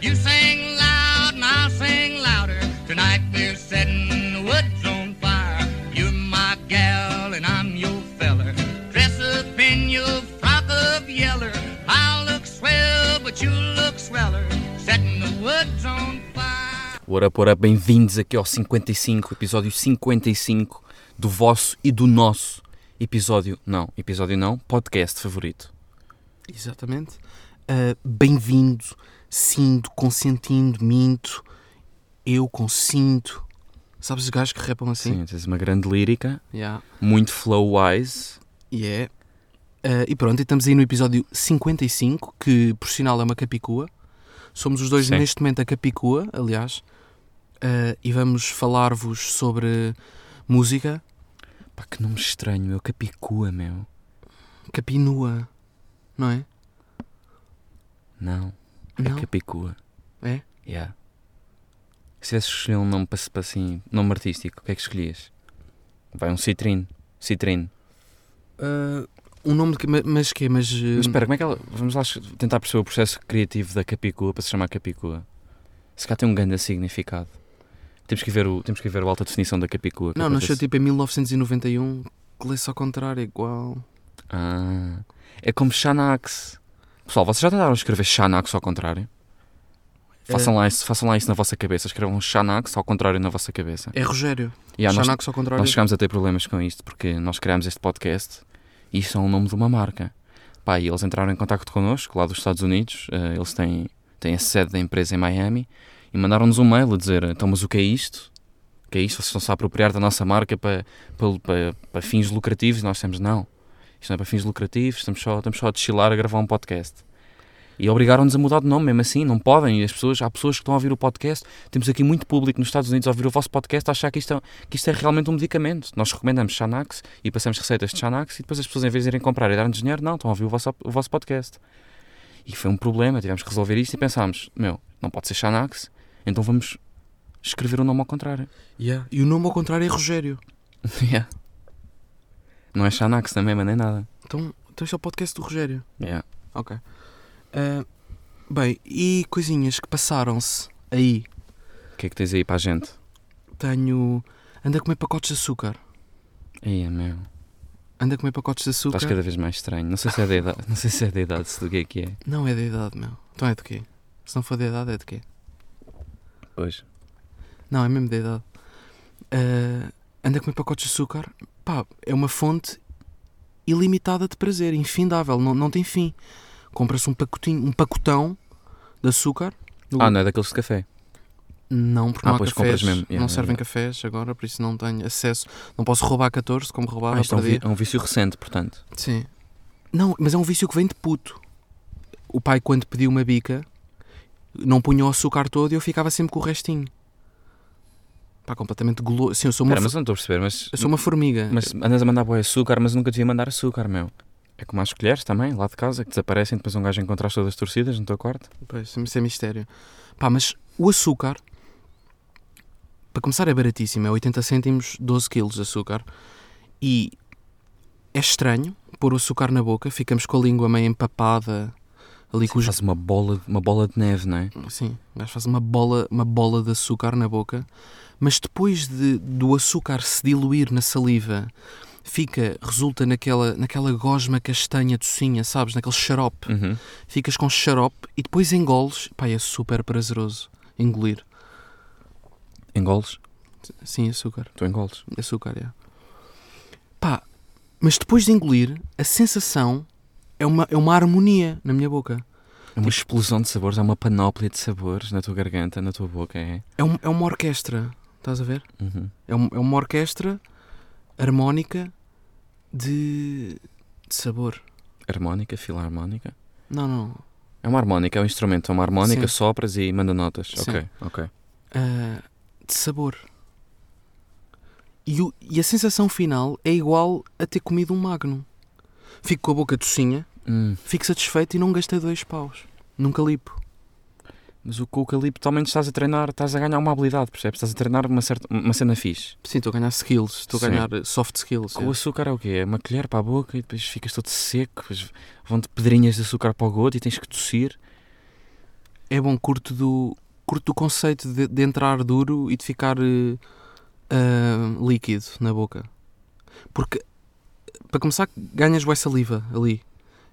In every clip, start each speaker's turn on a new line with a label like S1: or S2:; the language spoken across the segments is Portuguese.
S1: You sing loud and I'll sing louder. Tonight we're setting the woods on fire. You're my gal and I'm your feller. Dress up in your frock of yeller. I'll look swell, but you look sweller. Setting the woods on fire.
S2: Ora, ora, bem-vindos aqui ao 55, episódio 55 do vosso e do nosso episódio, não, episódio não, podcast favorito.
S3: Exatamente. Ah, Bem-vindo, sinto, consentindo, minto, eu consinto. Sabes os gajos que rapam assim?
S2: Sim, tens uma grande lírica,
S3: Yeah.
S2: muito flow-wise.
S3: E é. Ah, e pronto, e estamos aí no episódio 55, que por sinal é uma capicua. Somos os dois
S2: Sim.
S3: neste momento a capicua, aliás. Ah, e vamos falar-vos sobre música
S2: Pá, que nome estranho, meu, capicua, meu.
S3: capinua, não é?
S2: Não,
S3: Não?
S2: é capicua.
S3: É?
S2: Yeah. Se tivesse escolhido um nome para, para assim, nome artístico, o que é que escolhias? Vai um citrino, citrino.
S3: Ah, um nome de que, ma- mas que mas, ah,
S2: Mas espera, como é que ela. Vamos lá tentar perceber o processo criativo da Capicua para se chamar Capicua. Se cá tem um grande significado. Temos que ver o, temos que ver o alta definição da Capicua. que
S3: Não,
S2: acontece-
S3: nasceu tipo em 1991, que lê-se ao contrário, é igual.
S2: Ah, é como Xanax. Pessoal, vocês já tentaram escrever Xanax ao contrário?
S3: É.
S2: Façam, lá isso, façam lá isso na vossa cabeça. Escrevam Xanax ao contrário na vossa cabeça.
S3: É Rogério.
S2: E, ah, nós,
S3: Xanax ao contrário.
S2: nós chegámos a ter problemas com isto porque nós criámos este podcast e isto é o nome de uma marca. Pá, e eles entraram em contacto connosco lá dos Estados Unidos, eh, eles têm, têm a sede da empresa em Miami e mandaram-nos um mail a dizer: então, mas o que é isto? O que é isto? Vocês estão-se a apropriar da nossa marca para, para, para, para fins lucrativos? E nós temos: não, isto não é para fins lucrativos, estamos só, estamos só a deschilar a gravar um podcast. E obrigaram-nos a mudar de nome, mesmo assim, não podem. E as pessoas, há pessoas que estão a ouvir o podcast. Temos aqui muito público nos Estados Unidos a ouvir o vosso podcast, a achar que isto é, que isto é realmente um medicamento. Nós recomendamos Xanax e passamos receitas de Xanax e depois as pessoas, em vez de irem comprar e dar-nos dinheiro, não, estão a ouvir o vosso, o vosso podcast. E foi um problema, tivemos que resolver isto e pensámos, meu, não pode ser Xanax, então vamos escrever o nome ao contrário.
S3: Yeah. E o nome ao contrário é Rogério.
S2: Yeah. Não é Xanax na mesma, nem nada.
S3: Então, então este é o podcast do Rogério.
S2: Yeah.
S3: Ok. Ah, bem, e coisinhas que passaram-se aí.
S2: O que é que tens aí para a gente?
S3: Tenho. Anda a comer pacotes de açúcar.
S2: Ia, meu,
S3: Anda a comer pacotes de açúcar.
S2: estás cada vez mais estranho. Não sei se é da idade, não sei se é da idade, se do que é que é.
S3: Não é da idade, meu. Então é de quê? Se não for da idade, é de quê?
S2: Pois.
S3: Não, é mesmo da idade. Ah, anda a comer pacotes de açúcar. Pá, é uma fonte ilimitada de prazer, infindável, não, não tem fim. Compra-se um pacotinho, um pacotão de açúcar. no-
S2: Ah, não é daqueles de café.
S3: Não, porque
S2: Ah,
S3: não há
S2: pois,
S3: cafés.
S2: compras mesmo. Yeah,
S3: não
S2: yeah,
S3: servem
S2: yeah.
S3: cafés agora, por isso não tenho acesso. Não posso roubar 14, como roubava
S2: Ah, isto é um,
S3: outro
S2: vi-
S3: dia.
S2: é um vício recente, portanto.
S3: Sim. Não, mas é um vício que vem de puto. O pai, quando pediu uma bica, não punha o açúcar todo e eu ficava sempre com o restinho. Pá, completamente guloso. Sim, eu sou uma
S2: Espera, mas eu não estou a perceber, mas...
S3: Eu sou uma formiga.
S2: Mas andas a mandar boi açúcar, mas nunca devia mandar açúcar, meu. É como as colheres também, lá de casa, que desaparecem, depois um gajo encontra todas as torcidas no teu quarto.
S3: Pois, isso é mistério. Pá, mas o açúcar, para começar, é baratíssimo. É 80 cêntimos, 12 quilos de açúcar. E é estranho pôr o açúcar na boca. Ficamos com a língua meio empapada. Ali com os...
S2: Faz uma bola, uma bola de neve, não é?
S3: Sim, o gajo faz uma bola, uma bola de açúcar na boca. Mas depois de, do açúcar se diluir na saliva, fica, resulta naquela, naquela gosma castanha docinha, sabes? Naquele xarope.
S2: Uhum.
S3: ficas com xarope e depois engoles. Pá, é super prazeroso engolir.
S2: Engoles?
S3: Sim, açúcar.
S2: Tu engoles.
S3: Açúcar, é. Pá, mas depois de engolir, a sensação é uma, é uma harmonia na minha boca.
S2: É uma explosão de sabores, é uma panóplia de sabores na tua garganta, na tua boca, é?
S3: É, um- é uma orquestra, estás a ver?
S2: Uhum.
S3: É, um- é uma orquestra harmónica de, de sabor.
S2: Harmónica, filarmónica.
S3: Não, não.
S2: É uma harmónica, é um instrumento, é uma harmónica,
S3: Sim.
S2: sopras e manda notas.
S3: Sim.
S2: Ok, ok.
S3: Ah, de sabor. E, o- e a sensação final é igual a ter comido um magno. Fico com a boca docinha,
S2: Hum,
S3: fico satisfeito e não gastei dois paus. Nunca lipo.
S2: Mas o eucalipto, totalmente estás a treinar, estás a ganhar uma habilidade, percebes? Estás a treinar uma, certa, uma cena fixe.
S3: Sim, estou a ganhar skills, estou a
S2: Sim.
S3: ganhar eh, soft skills.
S2: Com o açúcar é o quê? É uma colher para a boca e depois ficas todo seco, depois vão-te pedrinhas de açúcar para o godo e tens que tossir.
S3: é. é bom, curto do, curto do conceito de, de entrar duro e de ficar eh, ah, líquido na boca. Porque, para começar, ganhas boa saliva ali.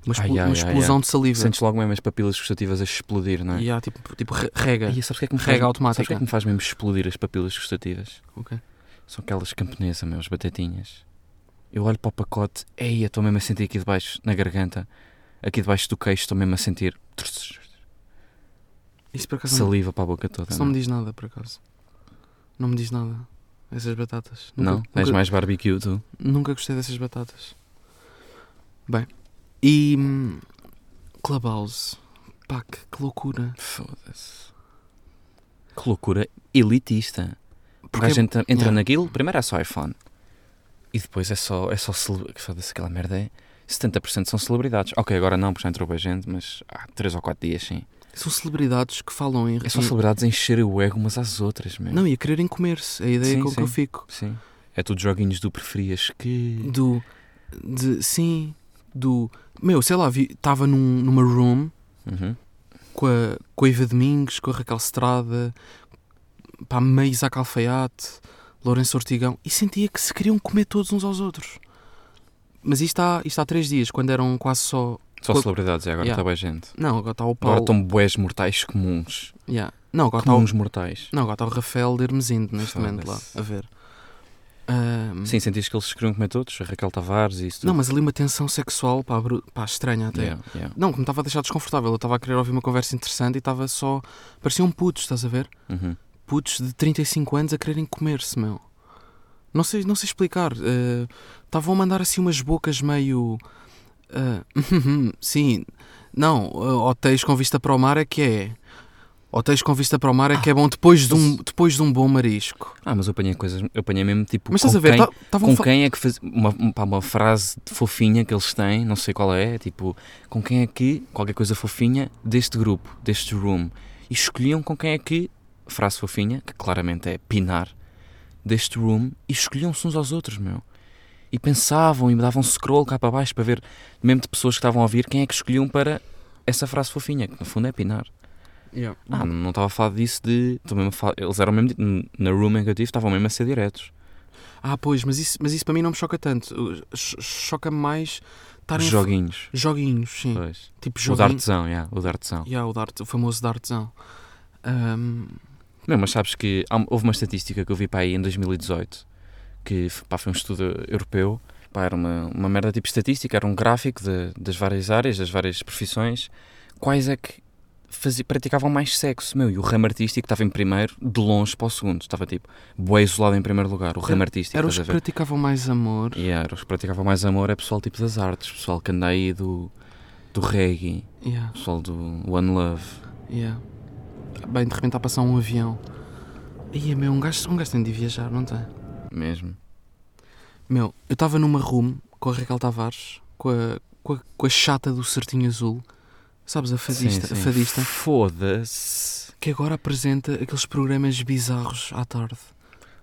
S3: Uma, explo-
S2: Ai, ai,
S3: uma
S2: ai,
S3: explosão de saliva.
S2: Sentes logo mesmo as papilas gustativas a explodir, não é?
S3: E há, tipo, tipo re- rega.
S2: Ai, sabes o que é que me
S3: Rega
S2: faz,
S3: automática.
S2: Sabes o que é que me faz mesmo explodir as papilas gustativas?
S3: O quê?
S2: São aquelas camponesas, meus, batatinhas. Eu olho para o pacote, ei, eu estou mesmo a sentir aqui debaixo, na garganta, aqui debaixo do queixo, estou mesmo a sentir
S3: Isso por acaso não-
S2: saliva para a boca toda.
S3: isso
S2: não é?
S3: não é? me diz nada, por acaso. Não me diz nada. Essas batatas. Nunca-
S2: Não, és
S3: nunca-
S2: mais barbecue tu.
S3: Nunca gostei dessas batatas. Bem, e. hum, Clubhouse. Pá, que, que loucura.
S2: Foda-se. Que loucura elitista. Porque a
S3: é-
S2: gente Um entra
S3: Yeah.
S2: naquilo, primeiro é só iPhone. E depois é só. É só cele- que Foda-se, aquela merda é. 70% são celebridades. Ok, agora não, porque já entrou bem gente, mas há 3 ou 4 dias sim.
S3: São celebridades que falam em.
S2: É só
S3: em-
S2: celebridades a encherem o ego umas às outras, mesmo.
S3: Não, e a quererem comer-se. É a ideia
S2: Sim,
S3: com que eu
S2: sim. Uhum.
S3: fico.
S2: Sim. É tudo joguinhos do preferias que.
S3: Do. De, sim. Do. Meu, sei lá, estava num, numa room
S2: Uhum.
S3: com a, com a Iva Domingos, com a Raquel Estrada, pá, meio Isaac Alfaiate, Lourenço Ortigão, e sentia que se queriam comer todos uns aos outros. Mas isto há, isto há três dias, quando eram quase só.
S2: Só
S3: Qual-
S2: celebridades, é agora
S3: Yeah.
S2: está bem gente.
S3: Não, agora está o
S2: Agora
S3: Paulo.
S2: estão boés mortais comuns.
S3: Yeah. Não, agora está o...
S2: Comuns mortais.
S3: não, agora está o Rafael de Hermesindo neste
S2: Foda-se.
S3: momento lá, a ver. Ahm,
S2: Sim, sentiste que eles queriam comer todos? A Raquel Tavares e isso tudo.
S3: Uhum. Não, mas ali uma tensão sexual, pá, bru- pá estranha até.
S2: Yeah, yeah.
S3: Não, que me estava a deixar desconfortável. Eu estava a querer ouvir uma conversa interessante e estava só. Pareciam putos, estás a ver?
S2: Uhum.
S3: putos de 35 anos a quererem comer-se, meu. Não sei, não sei explicar. eh, Estavam a mandar assim umas bocas meio. eh, sim, não, eh, hotéis com vista para o mar é que é. Hotéis com vista para o mar é que é bom depois de um, depois de um bom marisco.
S2: Ah, mas eu apanhei coisas, eu apanhei mesmo tipo.
S3: Mas
S2: com
S3: estás a ver?
S2: quem-
S3: ta- Estavam
S2: com
S3: fa-
S2: quem é que faz uma, um, pá, uma frase fofinha que eles têm, não sei qual é, tipo, com quem é que qualquer coisa fofinha deste grupo, deste room, e escolhiam com quem é que frase fofinha, que claramente é pinar deste room, e escolhiam-se uns aos outros, meu. E pensavam e davam scroll cá para baixo para ver, mesmo de pessoas que estavam a ouvir, quem é que escolhiam para essa frase fofinha, que no fundo é pinar.
S3: Yeah.
S2: Ah, não estava a falar disso de. estou mesmo a falar- eles eram mesmo. de- Na room em que eu tive, estavam mesmo a ser diretos.
S3: Ah, pois, mas isso, mas isso para mim não me choca tanto. Uh, cho- Choca-me mais estarem. a fa-
S2: Joguinhos.
S3: Joguinhos, sim.
S2: Pois. É.
S3: Tipo
S2: O da
S3: joguinho.
S2: artesão, yeah, o da artesão.
S3: Yeah, o, dart, o famoso dartzão.
S2: Não, mas sabes que há- houve uma estatística que eu vi para aí em 2018, que f- pá, foi um estudo europeu, pá, era uma, uma merda tipo estatística, era um gráfico de- das várias áreas, das várias profissões, quais é que fazi- praticavam mais sexo, meu, e o ramo artístico estava em primeiro, de longe para o segundo, estava tipo, bué isolado em primeiro lugar, o ramo artístico,
S3: eram os
S2: estás a
S3: que
S2: ver?
S3: praticavam mais amor.
S2: Yeah, os que praticavam mais amor é pessoal tipo das artes, pessoal que anda aí do, do reggae,
S3: Yeah.
S2: pessoal do One Love.
S3: Yeah. Bem, de repente está a passar um avião. Ia, meu, um gajo, um gajo tem de viajar, não tem?
S2: Mesmo.
S3: Meu, eu estava numa room com a Raquel Tavares, com a, com a, com a chata do Certinho Azul, sabes, a fadista,
S2: Sim,
S3: a
S2: sim.
S3: fadista,
S2: Foda-se.
S3: que agora apresenta aqueles programas bizarros à tarde.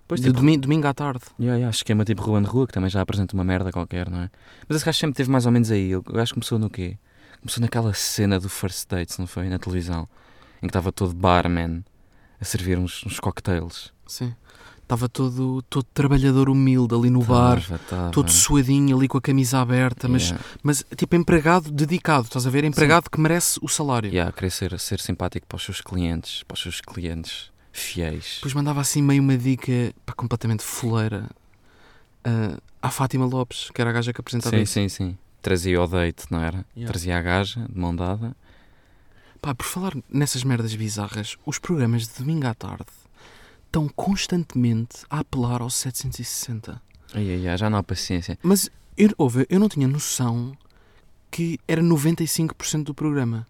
S2: Pois
S3: de
S2: tipo,
S3: domingo, domingo à tarde.
S2: yeah, yeah, esquema tipo Ruan Rua, que também já apresenta uma merda qualquer, não é? Mas esse gajo sempre teve mais ou menos aí. O gajo começou no quê? Começou naquela cena do First Dates, não foi? Na televisão, em que estava todo barman a servir uns, uns cocktails.
S3: Sim. Estava todo, todo trabalhador humilde
S2: Tá
S3: ali no bar,
S2: Tava, tava.
S3: todo suadinho ali com a camisa aberta, mas,
S2: Yeah,
S3: mas tipo empregado dedicado, estás a ver? Empregado que merece o salário.
S2: yeah, querer ser, ser simpático para os seus clientes, para os seus clientes fiéis.
S3: Depois mandava assim meio uma dica pá, completamente foleira ah, à Fátima Lopes, que era a gaja que apresentava
S2: Sim,
S3: isso.
S2: sim, sim. Trazia o date, não era?
S3: Yeah.
S2: Trazia a gaja, de mão dada.
S3: Pá, por falar nessas merdas bizarras, os programas de domingo à tarde estão constantemente a apelar ao 760.
S2: Ai, ai, ai, já não há paciência.
S3: Mas eu, ouve, eu não tinha noção que era 95% do programa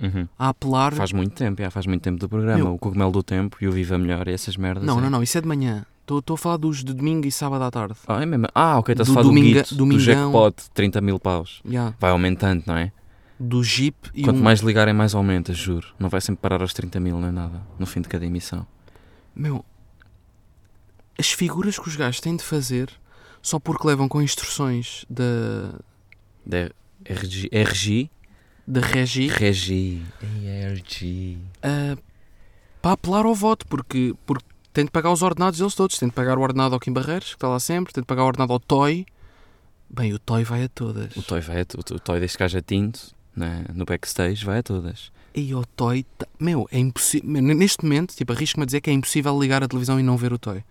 S2: Uhum.
S3: a apelar.
S2: Faz muito tempo, já faz muito tempo do programa.
S3: Meu.
S2: O Cogumelo do Tempo e o Viva Melhor e essas merdas.
S3: Não,
S2: é.
S3: não, não, isso é de manhã. Estou a falar dos de domingo e sábado à tarde.
S2: Ah, é mesmo? Ah, ok, está-se
S3: Do
S2: a falar do,
S3: dominga-
S2: guito, do
S3: domingão.
S2: jackpot, 30 mil paus.
S3: Yeah,
S2: Vai aumentando, não é?
S3: do Jeep e
S2: Quanto
S3: um.
S2: mais ligarem, mais aumenta, juro. Não vai sempre parar aos 30 mil nem nada, no fim de cada emissão.
S3: Meu, as figuras que os gajos têm de fazer só porque levam com instruções da.
S2: Da RG, RG
S3: da Regi
S2: Regi.
S3: é
S2: ARG.
S3: ah, para apelar ao voto, porque, porque tem de pagar os ordenados deles todos. Tem de pagar o ordenado ao Kim Barreiros, que está lá sempre, tem de pagar o ordenado ao Toy. Bem, o Toy vai a todas.
S2: O Toy vai a, o, o Toy deste gajo a tinto né, no backstage vai a todas.
S3: E o Toy. tá- Meu, é impossível. Neste momento, tipo, arrisco-me a dizer que é impossível ligar a televisão e não ver o Toy.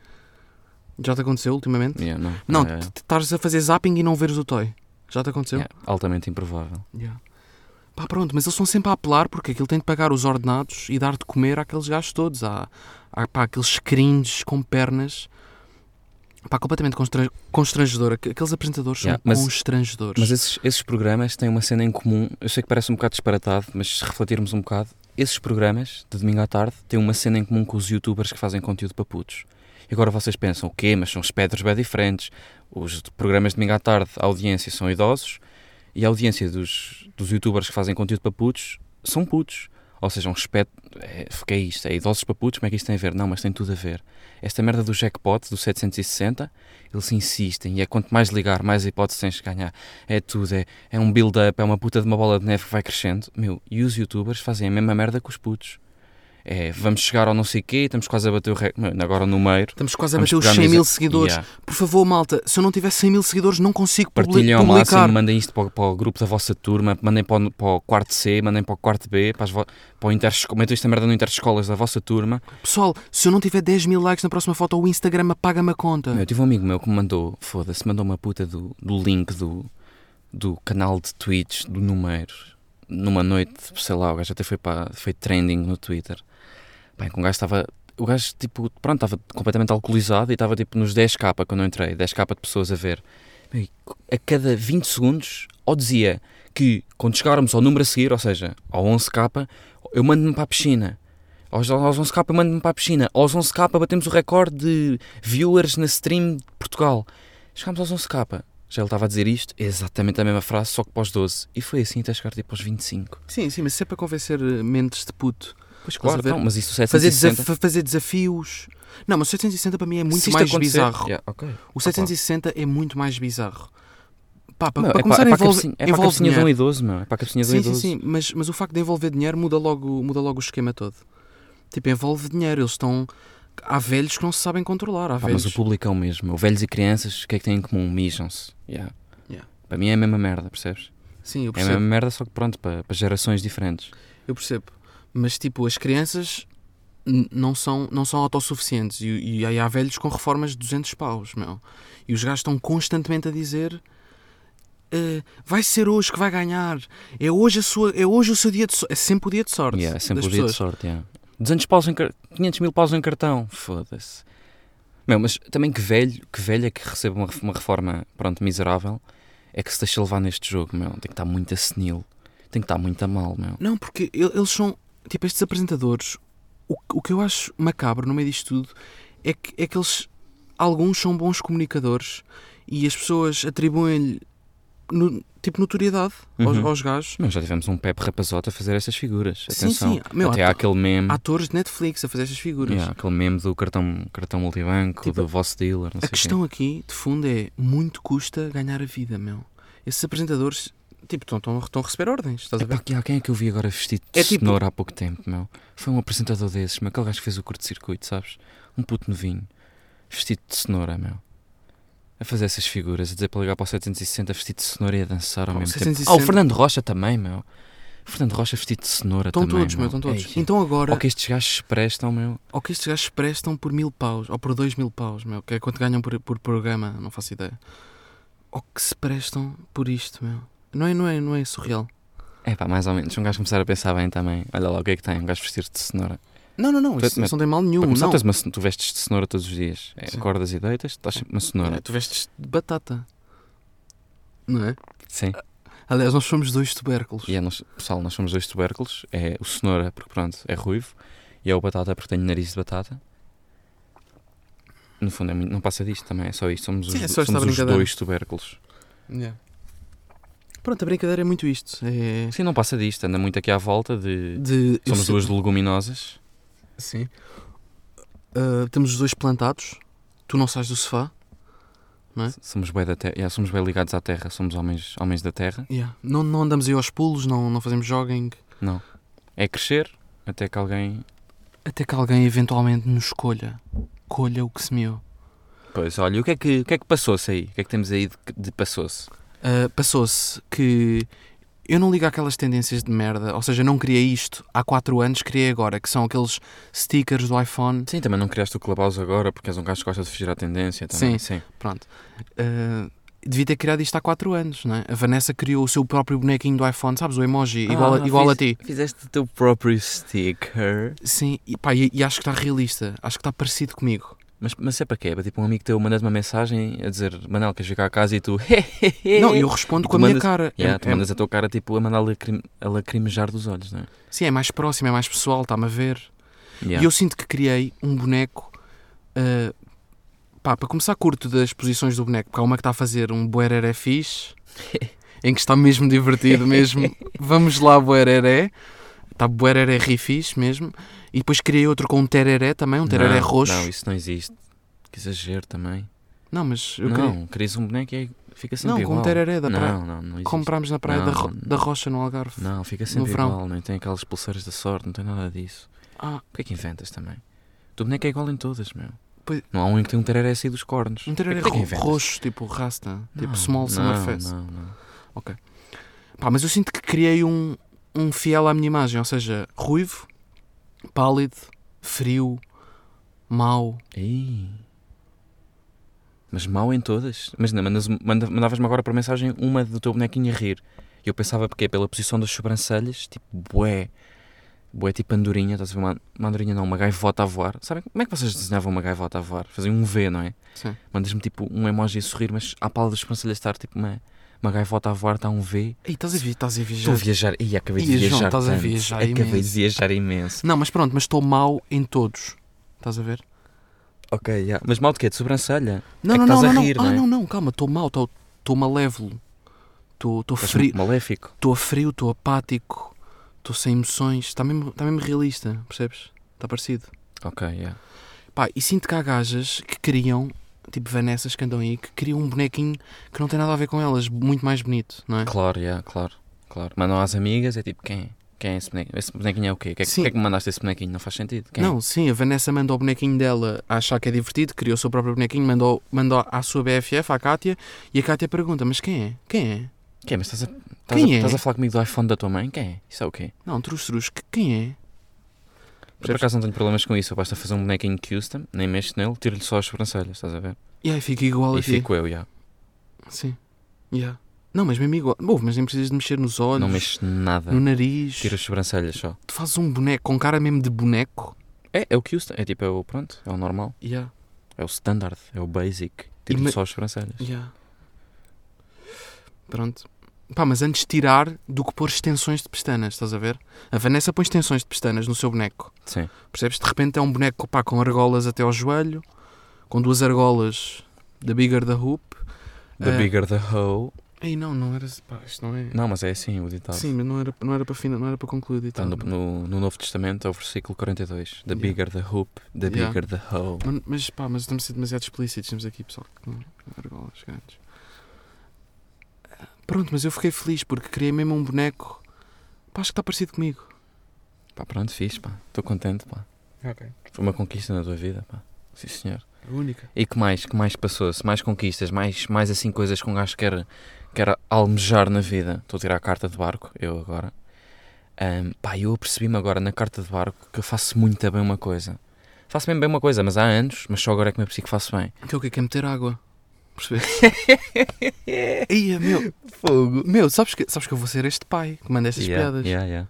S3: Já te aconteceu ultimamente?
S2: Yeah, não,
S3: Não,
S2: é,
S3: tu- tu estás a fazer zapping e não veres o Toy. Já te aconteceu?
S2: yeah, altamente improvável.
S3: Yeah. Pá, pronto, mas eles são sempre a apelar porque aquilo tem de pagar os ordenados e dar de comer àqueles gajos todos. Há, há pá, aqueles cringes com pernas. Pá, completamente constran- constrangedor. Aqu- Aqueles apresentadores
S2: Yeah,
S3: são
S2: mas-
S3: constrangedores.
S2: Mas esses, esses programas têm uma cena em comum. Eu sei que parece um bocado disparatado, mas se refletirmos um bocado, esses programas de domingo à tarde têm uma cena em comum com os youtubers que fazem conteúdo para putos. E agora vocês pensam, o quê? Mas são espectros bem diferentes. Os de- programas de domingo à tarde, a audiência são idosos e a audiência dos, dos youtubers que fazem conteúdo para putos são putos. Ou seja, um espectro. É, o que é isto? É idosos para putos? Como é que isto tem a ver? Não, mas tem tudo a ver. Esta merda do jackpot, do 760, eles insistem e é quanto mais ligar, mais hipóteses tens de ganhar é tudo, é, é um build-up, é uma puta de uma bola de neve que vai crescendo. Meu, e os youtubers fazem a mesma merda que os putos. É, vamos chegar ao não sei quê, estamos quase a bater o rec... Meu, Agora no meio.
S3: Estamos quase a
S2: vamos
S3: bater os
S2: pegar
S3: 100
S2: nos-
S3: mil seguidores.
S2: Yeah.
S3: Por favor, malta, se eu não tiver 100 mil seguidores, não consigo publi-
S2: Partilhem ao
S3: publicar.
S2: máximo, mandem isto para, o- para o grupo da vossa turma, mandem para o, para o quarto C, mandem para o quarto B, para, as vo... para o interesco... metam esta merda no interescolas da vossa turma.
S3: Pessoal, se eu não tiver 10 mil likes na próxima foto, o Instagram apaga-me a conta.
S2: Meu, eu tive um amigo meu que me mandou, foda-se, mandou uma puta do, do link do, do canal de tweets do número numa noite, sei lá, o gajo até foi, para, foi trending no Twitter. Bem, que um gajo estava. O gajo, tipo, pronto, estava completamente alcoolizado e estava tipo nos 10k quando eu entrei, 10k de pessoas a ver. Meu, e a cada 20 segundos, ou dizia que quando chegarmos ao número a seguir, ou seja, ao 11k, eu mando-me para a piscina. Aos, aos 11k eu mando-me para a piscina. Aos 11k batemos o recorde de viewers na stream de Portugal. Chegámos aos 11k. Já ele estava a dizer isto, exatamente a mesma frase, só que para os 12. E foi assim até chegar tipo aos 25.
S3: Sim, sim, mas sempre para convencer eh, mentes de puto.
S2: Pois
S3: claro,
S2: claro, então,
S3: então,
S2: mas isso
S3: Fazer,
S2: 760...
S3: desaf- fazer desafios. Não, mas o 760 para mim é
S2: Se
S3: muito
S2: isto
S3: mais
S2: acontecer-
S3: bizarro. Ah,
S2: Yeah, ok.
S3: O 760 é muito mais bizarro. Pá, para,
S2: Não,
S3: para
S2: é
S3: começar
S2: para, é para a
S3: envolve,
S2: cabecinha- é para a
S3: envolve
S2: cabecinha de um
S3: dinheiro.
S2: idoso, meu. É para a cabecinha de um
S3: Sim, sim,
S2: idoso.
S3: sim, mas, mas o facto de envolver dinheiro muda logo, muda logo o esquema todo. Tipo, envolve dinheiro, eles estão... Há velhos que não se sabem controlar, há
S2: Pá,
S3: velhos...
S2: mas o público é o mesmo. meu. Velhos e crianças, o que é que têm em comum? Mijam-se. Yeah.
S3: Yeah.
S2: Para mim é a mesma merda, percebes?
S3: Sim, eu
S2: É a
S3: percebo,
S2: mesma merda, só que pronto, para, para gerações diferentes.
S3: eu percebo. Mas, tipo, as crianças n- não são, não são autossuficientes e, e aí há velhos com reformas de 200 paus, meu. E os gajos estão constantemente a dizer... "Eh, vai ser hoje que vai ganhar. É hoje, a sua, é hoje o seu dia de sorte. É sempre o dia de sorte.
S2: Yeah, é sempre
S3: das
S2: o dia
S3: pessoas.
S2: de sorte. Yeah. 200 paus em car... 500 mil paus em cartão. Foda-se. Meu, mas também que velho, que velho é que recebe uma, ref- uma reforma, pronto, miserável, é que se deixa levar neste jogo, meu. Tem que estar muito a senil. Tem que estar muito a mal, meu.
S3: Não, porque el- eles são. Tipo, estes apresentadores. O, que- o que eu acho macabro no meio disto tudo é que, é que eles. Alguns são bons comunicadores e as pessoas atribuem-lhe. no- tipo, notoriedade aos,
S2: Uhum.
S3: aos gajos.
S2: Meu, já tivemos um Pepe Rapazote a fazer estas figuras.
S3: Sim,
S2: Atenção.
S3: sim. Meu,
S2: Até há
S3: ato-
S2: aquele meme.
S3: Atores de Netflix a fazer estas figuras.
S2: Yeah, aquele meme do cartão, cartão multibanco,
S3: Tipo,
S2: do vosso dealer, não
S3: A
S2: sei o quê.
S3: questão aqui, de fundo, é muito custa ganhar a vida, meu. Esses apresentadores, tipo, estão- estão estão a receber ordens, estás a ver?
S2: Epá, que- há quem é que eu vi agora vestido de
S3: É tipo-
S2: cenoura há pouco tempo, meu? Foi um apresentador desses, meu. Aquele gajo que fez o curto-circuito, sabes? Um puto novinho, vestido de cenoura, meu. A fazer essas figuras, a dizer para ligar para o 760 vestido de cenoura e a dançar ao
S3: Pá, o
S2: mesmo tempo.
S3: 760.
S2: Ah, o Fernando Rocha também, meu. O Fernando Rocha vestido de cenoura
S3: Estão
S2: também, É
S3: todos, meu, estão todos.
S2: Ei,
S3: Então agora.
S2: Ou que estes gajos se prestam, meu.
S3: Ou que estes gajos se prestam por mil paus, ou por dois mil paus, meu, que é quanto ganham por, por programa, não faço ideia. Ou que se prestam por isto, meu. Não é, não é, não é surreal.
S2: É pá, mais ou menos. Se um gajo começar a pensar bem também, olha lá o que é que tem, um gajo vestido de cenoura.
S3: Não, não, não,
S2: Tu-
S3: isso, isso não tem mal nenhum.
S2: Para começar,
S3: Não.
S2: tens uma cen- tu vestes de cenoura todos os dias. É,
S3: Sim.
S2: acordas e deitas, estás sempre uma cenoura.
S3: É, tu vestes de batata. Não é?
S2: Sim.
S3: Aliás, nós somos dois tubérculos.
S2: E é, nós, pessoal, nós somos dois tubérculos. É o cenoura, porque pronto, é ruivo. E é o batata, porque tenho nariz de batata. No fundo, é muito- não passa disto também. É só isto. Somos os,
S3: Sim, é
S2: do-
S3: só esta
S2: somos os
S3: brincadeira.
S2: dois tubérculos.
S3: Yeah. Pronto, a brincadeira é muito isto. É
S2: Sim, não passa disto. Anda muito aqui à volta de.
S3: de. eu
S2: Somos
S3: sei-
S2: duas leguminosas.
S3: Sim. Ah, temos os dois plantados. Tu não sais do sofá. não é?
S2: Somos bem, da terra, yeah, somos bem ligados à terra, somos homens, homens da terra.
S3: Yeah. Não, não andamos aí aos pulos, não, não fazemos jogging,
S2: Não. É crescer até que alguém.
S3: até que alguém eventualmente nos colha. Colha o que semeou.
S2: Pois, olha, e o que é que, o que, é que passou-se aí? O que é que temos aí de, de passou-se?
S3: Uh, Passou-se que eu não ligo àquelas tendências de merda, ou seja, eu não criei isto há 4 anos, criei agora, que são aqueles stickers do iPhone.
S2: Sim, também não criaste o Clubhouse agora porque és um gajo que gosta de fugir à tendência também. Sim.
S3: Pronto. Uh, devia ter criado isto há 4 anos, não é? A Vanessa criou o seu próprio bonequinho do iPhone, sabes? O emoji, igual, a, igual a ti.
S2: Fizeste o teu próprio sticker.
S3: Sim, e, pá, e, e acho que está realista, acho que está parecido comigo.
S2: Mas, mas é para quê? É para tipo um amigo teu mandas uma mensagem a dizer Manel, queres ficar a casa e tu.
S3: Não, eu respondo com a
S2: Tu
S3: minha
S2: mandas-
S3: cara.
S2: Yeah,
S3: É-
S2: tu
S3: é-
S2: mandas a tua cara tipo a mandar lacrim- a lacrimejar dos olhos, não é?
S3: sim, é mais próximo, é mais pessoal, está-me a ver.
S2: Yeah.
S3: E eu sinto que criei um boneco. ah, pá, para começar, curto das posições do boneco, porque há uma que está a fazer um boereré fixe, em que está mesmo divertido, mesmo. Vamos lá, boereré. Está boereré ri fixe mesmo. E depois criei outro com um tereré também, um tereré
S2: Não,
S3: roxo.
S2: Não,
S3: Não,
S2: isso não existe. Que exagero também.
S3: mas eu queria.
S2: não, querias um boneco e aí fica sempre
S3: Não,
S2: igual.
S3: com um tereré da praia.
S2: Não, não, não existe.
S3: Comprámos na praia da,
S2: Não,
S3: Ro-
S2: não.
S3: da Rocha, no Algarve.
S2: Não, fica sempre
S3: verão.
S2: igual, não tem aquelas pulseiras da sorte, não tem nada disso.
S3: Ah,
S2: O que é que inventas também? O teu boneco é igual em todas, meu.
S3: Pois-
S2: Não há um em que tem um tereré a sair dos cornos.
S3: um tereré
S2: O que é que
S3: ro-
S2: inventas?
S3: roxo, tipo rasta, tipo
S2: Não,
S3: small summer
S2: não,
S3: face.
S2: Não, não.
S3: Pá, mas eu sinto que criei um, um fiel à minha imagem, ou seja, ruivo, pálido, frio, mau.
S2: Ei. Mas mal em todas. Imagina, mandas- manda- mandavas-me agora por mensagem uma do teu bonequinho a rir. E eu pensava porque é pela posição das sobrancelhas, tipo, bué. Bué tipo andorinha, estás a ver? Uma, uma andorinha não, uma gaivota a voar. Sabem como é que vocês desenhavam uma gaivota a voar? Faziam um V, não é?
S3: Sim.
S2: Mandas-me tipo um emoji a sorrir, mas à pala das sobrancelhas estar tipo uma, uma gaivota a voar, está um V.
S3: Ei, estás a vi- estás a
S2: Estou
S3: viajar.
S2: a viajar. Ih, acabei de
S3: Ih, João,
S2: viajar.
S3: estás a
S2: tanto.
S3: viajar
S2: Acabei de
S3: imenso.
S2: viajar imenso.
S3: Não, mas pronto, mas estou mau em todos. Estás a ver?
S2: Ok, já. Mas mal de quê? De sobrancelha?
S3: Não,
S2: é que
S3: não,
S2: estás
S3: não,
S2: a
S3: não,
S2: rir,
S3: não.
S2: não
S3: Ah,
S2: é?
S3: não, não, calma, estou mau, estou malévolo. Estou
S2: Estás
S3: frio,
S2: maléfico.
S3: estou frio, estou apático, estou sem emoções, está mesmo, tá mesmo realista, percebes? Está parecido.
S2: Ok, yeah.
S3: Pá, e sinto que há gajas que criam, tipo Vanessas que andam aí, que criam um bonequinho que não tem nada a ver com elas, muito mais bonito, não é?
S2: Claro, yeah, claro, claro. Mandam às amigas, é tipo, quem? Quem é esse bonequinho? Esse bonequinho é o quê? O que é que,
S3: Sim.
S2: o que é que me mandaste esse bonequinho? Não faz sentido. Quem?
S3: Não, sim, a Vanessa mandou o bonequinho dela a achar que é divertido, criou o seu próprio bonequinho, mandou, mandou à sua BFF, à Kátia, e a Kátia pergunta: Mas quem é? Quem é?
S2: Quem? Mas estás a, estás,
S3: Quem
S2: a,
S3: é?
S2: estás a falar comigo do iPhone da tua mãe? Quem é? Isso é o quê?
S3: Não, trus, trus, que- quem é?
S2: Por acaso não tenho problemas com isso. eu Basta fazer um bonequinho custom, nem mexo nele, tiro-lhe só as sobrancelhas, estás a ver?
S3: E aí fica igual a
S2: e
S3: ti.
S2: fico eu, yeah.
S3: Sim. Yeah. Não, mas mesmo igual. Bom, mas nem precisas de mexer nos olhos,
S2: Não mexo nada.
S3: no nariz.
S2: Tiro as sobrancelhas só.
S3: Tu fazes um boneco com cara mesmo de boneco.
S2: É, é o custom. É tipo, é o pronto, é o normal.
S3: Yeah.
S2: É o standard, é o basic.
S3: E
S2: Tiro-lhe
S3: me-
S2: só as sobrancelhas.
S3: Yeah. Pronto. Pá, mas antes tirar do que pôr extensões de pestanas, estás a ver? A Vanessa põe extensões de pestanas no seu boneco.
S2: Sim.
S3: Percebes? De repente é um boneco pá, com argolas até ao joelho, com duas argolas da Bigger da Hoop.
S2: The
S3: Ah.
S2: bigger the hole.
S3: Ei, não, não era. Pá, isto não é.
S2: Não, mas é assim o ditado.
S3: Sim, mas não era, não era para fina, Então, não era para concluir e
S2: Está no,
S3: tal.
S2: no, no Novo Testamento, é o versículo 42. The
S3: Yeah.
S2: bigger the hoop, the
S3: Yeah.
S2: bigger the hoe.
S3: Mas- Mas pá, mas estamos a ser demasiado explícitos, temos aqui pessoal que não argolas grandes. Ah, Pronto, mas eu fiquei feliz porque criei mesmo um boneco. Pá, acho que está parecido comigo.
S2: Pá, pronto, fiz, pá. Estou contente, pá.
S3: Ok.
S2: Foi uma conquista na tua vida, pá. Sim, senhor.
S3: A única.
S2: E que mais? Que mais passou-se? Mais conquistas? Mais, mais assim coisas que um gajo quer, quer almejar na vida? Estou a tirar a carta de barco, eu agora. Ahm, pá, eu apercebi-me agora na carta de barco que eu faço muito bem uma coisa. Faço mesmo bem uma coisa, mas há anos, mas só agora é que me apercebi que faço bem.
S3: Que é o que é que é meter água? Percebeste? Ia, meu.
S2: Fogo!
S3: Meu, sabes que, sabes que eu vou ser este pai que manda estas
S2: Yeah,
S3: piadas?
S2: yeah, yeah.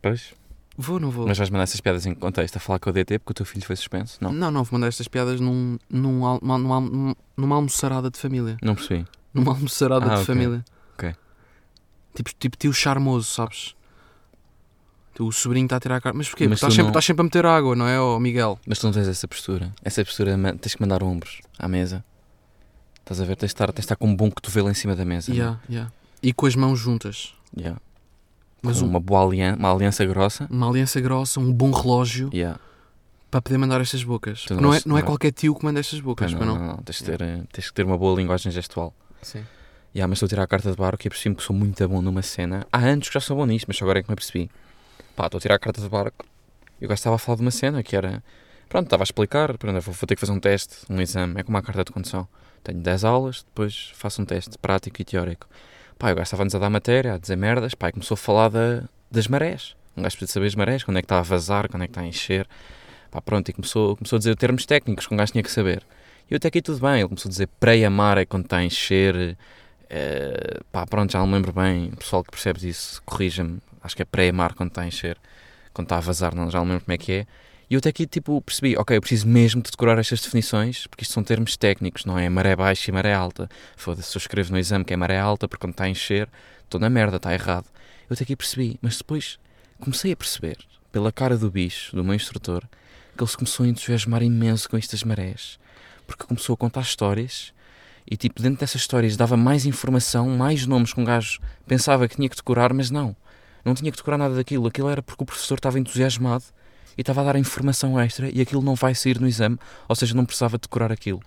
S2: Pois.
S3: Vou ou não vou?
S2: Mas vais mandar essas piadas em contexto a falar com o DT porque o teu filho foi suspenso? Não,
S3: Não, não, vou mandar estas piadas num, num, al- numa, numa, numa almoçarada de família.
S2: não percebi.
S3: Numa almoçarada
S2: Ah,
S3: de
S2: ok.
S3: família.
S2: Ok.
S3: Tipo, tipo tio charmoso, sabes? O sobrinho está a tirar a cara. Mas porquê?
S2: Mas
S3: Porque estás
S2: tu
S3: sempre,
S2: não-
S3: estás sempre a meter água, não é, ó Miguel?
S2: Mas tu não tens essa postura. Essa postura man- tens que mandar ombros à mesa. Estás a ver? Tens de estar, tens de estar com um bom cotovelo em cima da mesa. não é?
S3: Yeah, yeah. E com as mãos juntas.
S2: Yeah.
S3: Mas
S2: com
S3: um-
S2: uma boa aliança, uma aliança grossa.
S3: uma aliança grossa, um bom relógio.
S2: Yeah.
S3: para poder mandar estas bocas.
S2: Então,
S3: Não é,
S2: nós-
S3: não é
S2: não é.
S3: qualquer tio que manda estas bocas,
S2: não,
S3: para
S2: não,
S3: não.
S2: não, Tens, de ter, eh, tens que ter uma boa linguagem gestual.
S3: Sim.
S2: E ah, mas estou a tirar a carta de barco e apercebo que sou muito bom numa cena. Há anos que já sou bom nisto, mas só agora é que me apercebi. Pá, estou a tirar a carta de barco e o gajo estava a falar de uma cena que era. Pronto, estava a explicar, pronto, vou, vou ter que fazer um teste, um exame. É como a carta de condução. Tenho 10 aulas, depois faço um teste prático e teórico. Pá, e o gajo estava-nos a dar matéria, a dizer merdas, pá, e começou a falar da, das marés. Um gajo precisa saber as marés, quando é que está a vazar, quando é que está a encher. Pá, pronto, e começou, começou a dizer termos técnicos que um gajo tinha que saber. E eu até aqui tudo bem, ele começou a dizer pré-amar é quando está a encher, eh, pá, pronto, já não me lembro bem, o pessoal que percebe disso, corrija-me, acho que é pré-amar quando está a encher, quando está a vazar, não, já não me lembro como é que é. E eu até aqui, tipo, percebi, ok, eu preciso mesmo de decorar estas definições, porque isto são termos técnicos, não é maré baixa e maré alta. Foda-se, se eu escrevo no exame que é maré alta, porque quando está a encher, estou na merda, está errado. Eu até aqui percebi, mas depois comecei a perceber, pela cara do bicho, do meu instrutor, que ele se começou a entusiasmar imenso com estas marés, porque começou a contar histórias e, tipo, dentro dessas histórias dava mais informação, mais nomes que um gajo pensava que tinha que decorar, mas não. Não tinha que decorar nada daquilo. Aquilo era porque o professor estava entusiasmado e estava a dar informação extra e aquilo não vai sair no exame, ou seja, não precisava decorar aquilo.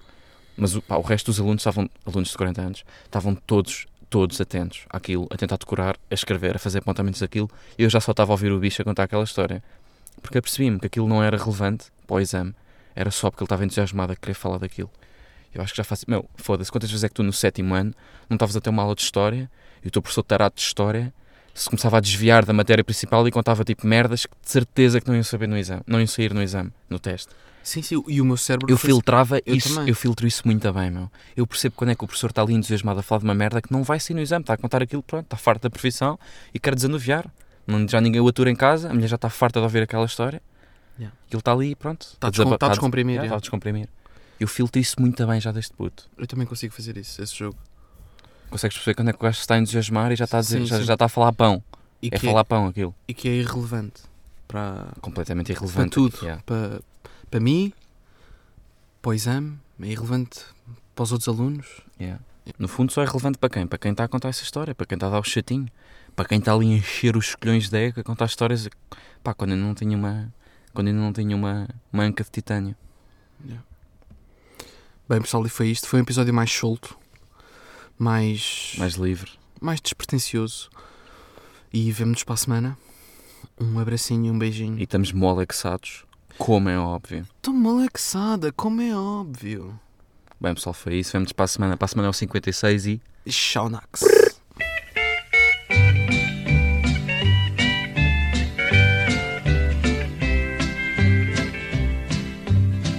S2: Mas o- pá, o resto dos alunos, estavam alunos de 40 anos, estavam todos, todos atentos àquilo, a tentar decorar, a escrever, a fazer apontamentos daquilo. E eu já só estava a ouvir o bicho a contar aquela história. Porque apercebi-me que aquilo não era relevante para o exame, era só porque ele estava entusiasmado a querer falar daquilo. Eu acho que já faço. Meu, foda-se, quantas vezes é que tu no sétimo ano não estavas a ter uma aula de história e o teu professor de tarado de história se começava a desviar da matéria principal e contava tipo merdas que de certeza que não iam saber no exame, não iam sair no exame, no teste.
S3: Sim, sim. E o meu cérebro.
S2: Eu
S3: foi-
S2: filtrava
S3: eu
S2: isso,
S3: também.
S2: eu filtro isso muito bem, meu. Eu percebo quando é que o professor está ali entusiasmado a falar de uma merda que não vai sair no exame, está a contar aquilo, pronto, está farto da profissão e quer desanuviar. Não, já ninguém o atura em casa, a mulher já está farta de ouvir aquela história.
S3: Yeah.
S2: E ele está ali, pronto. Está
S3: a descom- está a descomprimir,
S2: yeah,
S3: yeah.
S2: Está a descomprimir. Eu filtro isso muito bem já desde puto.
S3: Eu também consigo fazer isso, esse jogo.
S2: Consegues perceber quando é que o gajo está a entusiasmar e já está a, dizer,
S3: Sim,
S2: já,
S3: sim.
S2: já está a falar pão.
S3: E,
S2: é
S3: que,
S2: falar pão aquilo.
S3: é, e que é irrelevante para,
S2: Completamente
S3: para
S2: irrelevante.
S3: tudo.
S2: Yeah.
S3: Para, para mim, para o exame, é irrelevante para os outros alunos.
S2: Yeah. No fundo, só é relevante para quem? Para quem está a contar essa história, para quem está a dar o chatinho, para quem está ali a encher os colhões de ego, a contar histórias. Pá, quando ainda não tinha uma. Quando ainda não tinha uma manca de titânio.
S3: Bem, pessoal, e foi isto. Foi um episódio mais solto, mais, mais...
S2: Mais livre.
S3: despretensioso. E vemo-nos para a semana. Um abracinho, um beijinho.
S2: E estamos molexados, como é óbvio.
S3: Estou malexada, como é óbvio.
S2: Bem, pessoal, foi isso. Vemos para a semana. Para a semana é o 56 e.
S3: Shaunax.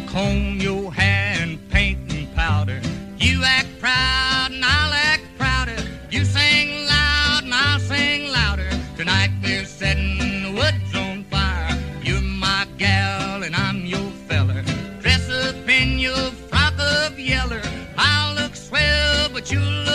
S1: comb your hair and paint and powder. You act proud and I'll act prouder. You sing loud and I'll sing louder. Tonight we're setting the woods on fire. You're my gal and I'm your feller. Dress up in your frock of yeller. I'll look swell, but you'll